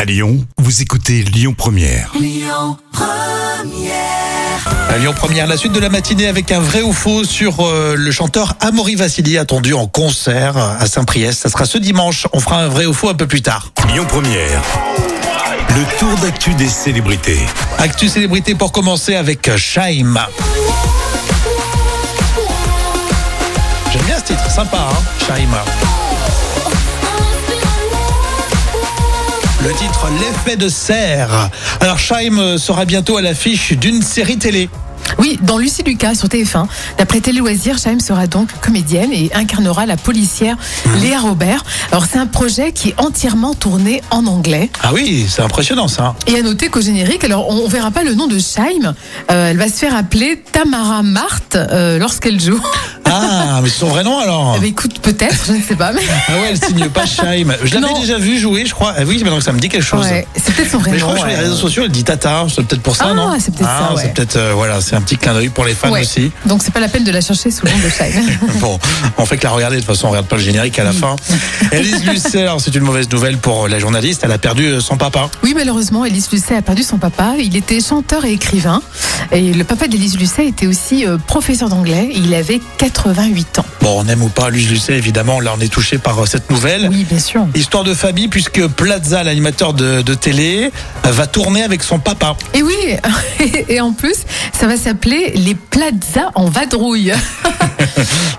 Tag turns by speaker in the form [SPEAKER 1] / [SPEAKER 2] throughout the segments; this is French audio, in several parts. [SPEAKER 1] À Lyon, vous écoutez Lyon Première.
[SPEAKER 2] À Lyon Première, la suite de la matinée avec un vrai ou faux sur euh, le chanteur Amaury Vassili attendu en concert à Saint-Priest. Ça sera ce dimanche. On fera un vrai ou faux un peu plus tard.
[SPEAKER 1] Lyon Première. Le tour d'actu des célébrités.
[SPEAKER 2] Actu célébrité pour commencer avec euh, Shaim. J'aime bien ce titre, sympa, hein, Shaim. Le titre L'effet de serre. Alors Shaim euh, sera bientôt à l'affiche d'une série télé.
[SPEAKER 3] Oui, dans Lucie Lucas sur TF1. D'après Télé Loisirs, Chaim sera donc comédienne et incarnera la policière
[SPEAKER 2] Mhm.
[SPEAKER 3] Léa Robert. Alors c'est un projet qui est entièrement tourné en anglais.
[SPEAKER 2] Ah oui, c'est impressionnant ça.
[SPEAKER 3] Et à noter qu'au générique, alors on, on verra pas le nom de Chaim. Euh, elle va se faire appeler Tamara Marthe euh, lorsqu'elle joue.
[SPEAKER 2] Ah, mais c'est son vrai nom alors
[SPEAKER 3] Eh ben, écoute, peut-être, je ne sais pas. Mais...
[SPEAKER 2] Ah ouais, elle signe pas Shaim. Je l'avais
[SPEAKER 3] Non.
[SPEAKER 2] déjà vu jouer, je crois. Ah oui, maintenant que ça me dit quelque chose.
[SPEAKER 3] Ouais, c'est peut-être son vrai
[SPEAKER 2] Mais je
[SPEAKER 3] nom.
[SPEAKER 2] crois que sur les
[SPEAKER 3] ouais.
[SPEAKER 2] réseaux sociaux, elle dit Tata, hein, c'est peut-être pour ça,
[SPEAKER 3] Ah,
[SPEAKER 2] non
[SPEAKER 3] c'est peut-être
[SPEAKER 2] Ah,
[SPEAKER 3] ça, ouais.
[SPEAKER 2] c'est peut-être, euh, voilà, c'est un petit clin d'œil pour les fans
[SPEAKER 3] Ouais.
[SPEAKER 2] aussi.
[SPEAKER 3] Donc c'est pas la peine de la chercher sous le nom de Chaim.
[SPEAKER 2] Bon, on fait que la regarder, de toute façon, on regarde pas le générique à la fin. Elise Lucet, alors c'est une mauvaise nouvelle pour euh, la journaliste, elle a perdu euh, son papa.
[SPEAKER 3] Oui, malheureusement, Élise Lucet a perdu son papa. Il était chanteur et écrivain. Et le papa d'Élise Lucet était aussi euh, professeur d'anglais. Il avait 88 ans.
[SPEAKER 2] Bon, on aime ou pas Elise Lucet, évidemment, là on est touché par euh, cette nouvelle.
[SPEAKER 3] Oui, bien sûr.
[SPEAKER 2] Histoire de famille, puisque Plaza, l'animateur de, de télé, euh, va tourner avec son papa.
[SPEAKER 3] Et oui, et en plus, ça va s'appeler les plazas en vadrouille.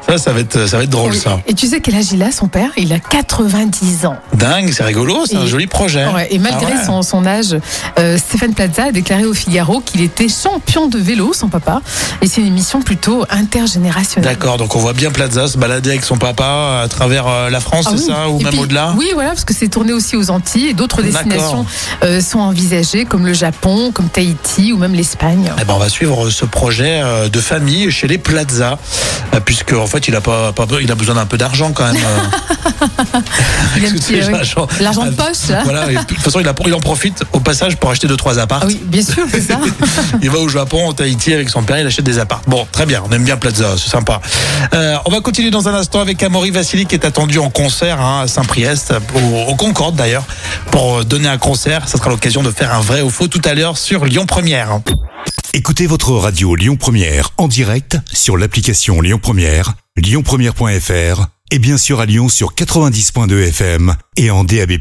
[SPEAKER 2] Ça, ça va être, euh, ça va être drôle, ça.
[SPEAKER 3] Et tu sais quel âge il a, son père Il a 90 ans.
[SPEAKER 2] Dingue, c'est rigolo, c'est un
[SPEAKER 3] Et-
[SPEAKER 2] joli projet.
[SPEAKER 3] Ouais, et malgré
[SPEAKER 2] Ah ouais.
[SPEAKER 3] son, son âge, euh, Stéphane Plaza a déclaré au Figaro qu'il était champion de vélo, son papa. Et c'est une émission plutôt intergénérationnelle.
[SPEAKER 2] D'accord, donc on voit bien Plaza se balader avec son papa à travers euh, la France,
[SPEAKER 3] Ah
[SPEAKER 2] c'est
[SPEAKER 3] oui.
[SPEAKER 2] ça, ou
[SPEAKER 3] Et
[SPEAKER 2] même
[SPEAKER 3] puis-
[SPEAKER 2] au-delà
[SPEAKER 3] Oui, voilà, parce que c'est tourné aussi aux Antilles et d'autres
[SPEAKER 2] D'accord.
[SPEAKER 3] destinations euh, sont envisagées, comme le Japon, comme Tahiti ou même l'Espagne.
[SPEAKER 2] Eh ben, on va suivre ce projet euh, de famille chez les Plaza, euh, puisque en fait il a pas, pas- il a besoin d'un peu d'argent quand même. euh,
[SPEAKER 3] Il a un
[SPEAKER 2] Tous
[SPEAKER 3] petit,
[SPEAKER 2] ces
[SPEAKER 3] euh,
[SPEAKER 2] agents.
[SPEAKER 3] L'argent de poche, hein. là.
[SPEAKER 2] Voilà, et de toute façon il, a- il en profite au passage pour acheter deux trois apparts.
[SPEAKER 3] Ah oui, bien sûr, c'est ça.
[SPEAKER 2] Il va au Japon, en Tahiti avec son père, il achète des apparts. Bon, très bien, on aime bien Plaza, c'est sympa. Euh, on va continuer dans un instant avec Amaury Vassili qui est attendu en concert hein, à Saint-Priest, au, au Concorde d'ailleurs, pour euh, donner un concert. Ça sera l'occasion de faire un vrai ou faux tout à l'heure sur Lyon Première.
[SPEAKER 1] Écoutez votre radio Lyon Première en direct sur l'application Lyon Première, lyonpremière.fr et bien sûr à Lyon sur 90.2 FM et en DAB+.